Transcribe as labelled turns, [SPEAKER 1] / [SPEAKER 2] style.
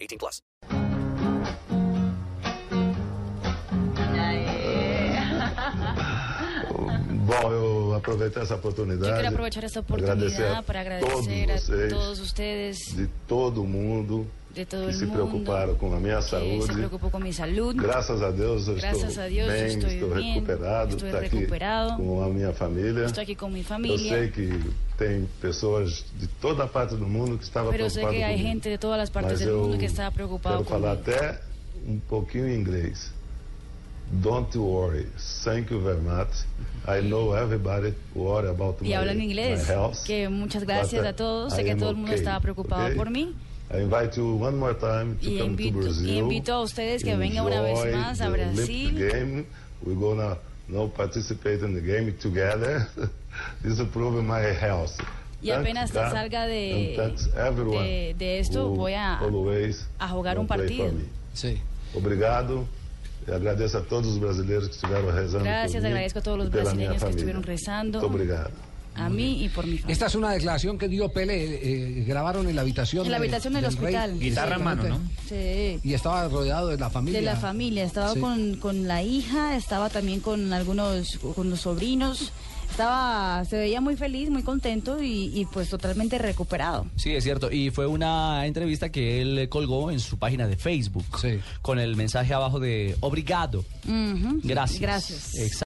[SPEAKER 1] 18 plus.
[SPEAKER 2] Bom, eu aproveitar essa oportunidade.
[SPEAKER 3] Yo quiero aprovechar esta oportunidad para agradecer
[SPEAKER 2] todos
[SPEAKER 3] a
[SPEAKER 2] vocês,
[SPEAKER 3] todos ustedes
[SPEAKER 2] de todo mundo
[SPEAKER 3] de todo
[SPEAKER 2] que
[SPEAKER 3] el
[SPEAKER 2] se preocuparam
[SPEAKER 3] mundo
[SPEAKER 2] com a minha
[SPEAKER 3] que se
[SPEAKER 2] saúde.
[SPEAKER 3] preocupó con mi salud.
[SPEAKER 2] Graças a Deus eu
[SPEAKER 3] Graças
[SPEAKER 2] estou
[SPEAKER 3] a Deus,
[SPEAKER 2] bem,
[SPEAKER 3] estou
[SPEAKER 2] estou
[SPEAKER 3] bem,
[SPEAKER 2] recuperado,
[SPEAKER 3] estou
[SPEAKER 2] tá
[SPEAKER 3] recuperado.
[SPEAKER 2] aqui com a minha família.
[SPEAKER 3] Estoy aquí con mi
[SPEAKER 2] Eu
[SPEAKER 3] familia,
[SPEAKER 2] sei que tem pessoas de toda a parte do mundo que estavam
[SPEAKER 3] pero sé
[SPEAKER 2] preocupadas
[SPEAKER 3] que hay
[SPEAKER 2] comigo.
[SPEAKER 3] gente de todas las partes
[SPEAKER 2] Mas
[SPEAKER 3] del
[SPEAKER 2] eu
[SPEAKER 3] mundo que está preocupado
[SPEAKER 2] quero falar
[SPEAKER 3] conmigo.
[SPEAKER 2] até um pouquinho em inglês. Don't worry. Thank you very much. I know everybody worry about
[SPEAKER 3] Y
[SPEAKER 2] my,
[SPEAKER 3] hablan inglés.
[SPEAKER 2] my health.
[SPEAKER 3] Que muchas gracias
[SPEAKER 2] but,
[SPEAKER 3] a todos.
[SPEAKER 2] uh,
[SPEAKER 3] Sé
[SPEAKER 2] I
[SPEAKER 3] que
[SPEAKER 2] am
[SPEAKER 3] todo el mundo
[SPEAKER 2] okay,
[SPEAKER 3] estaba preocupado
[SPEAKER 2] okay?
[SPEAKER 3] por mí.
[SPEAKER 2] I invite you one more time to
[SPEAKER 3] Y
[SPEAKER 2] come to
[SPEAKER 3] invito,
[SPEAKER 2] Brazil.
[SPEAKER 3] y invito a ustedes que vengan una vez
[SPEAKER 2] Enjoy
[SPEAKER 3] más a
[SPEAKER 2] the Olympic
[SPEAKER 3] Brasil.
[SPEAKER 2] Game. We're gonna now participate in the game together. This improve my health.
[SPEAKER 3] Y apenas
[SPEAKER 2] Thank God
[SPEAKER 3] salga de-
[SPEAKER 2] and thanks everyone
[SPEAKER 3] de- de esto,
[SPEAKER 2] who
[SPEAKER 3] voy a-
[SPEAKER 2] always
[SPEAKER 3] a jugar un
[SPEAKER 2] pray for
[SPEAKER 3] partido.
[SPEAKER 2] me.
[SPEAKER 4] Sí.
[SPEAKER 2] Obrigado. Eu agradeço a todos os brasileiros que estiveram rezando.
[SPEAKER 3] Gracias,
[SPEAKER 2] por mim
[SPEAKER 3] agradezco a todos los
[SPEAKER 2] e pela minha
[SPEAKER 3] brasileños que
[SPEAKER 2] família.
[SPEAKER 3] estuvieron rezando.
[SPEAKER 2] Muito obrigado.
[SPEAKER 3] A mí y por mi familia.
[SPEAKER 5] Esta es una declaración que dio Pele, eh, grabaron en la habitación.
[SPEAKER 3] En la habitación del
[SPEAKER 5] rey.
[SPEAKER 3] hospital.
[SPEAKER 6] Guitarra en mano, ¿no?
[SPEAKER 3] Sí.
[SPEAKER 5] Y estaba rodeado de la familia.
[SPEAKER 3] De la familia, estaba
[SPEAKER 5] Sí.
[SPEAKER 3] con, con la hija, estaba también con algunos, con los sobrinos, estaba, se veía muy feliz, muy contento y, y pues totalmente recuperado.
[SPEAKER 6] Sí, es cierto. Y fue una entrevista que él eh, colgó en su página de Facebook
[SPEAKER 5] Sí.
[SPEAKER 6] con el mensaje abajo de obrigado.
[SPEAKER 3] Ujú.
[SPEAKER 6] Gracias.
[SPEAKER 3] Gracias.
[SPEAKER 6] Exacto.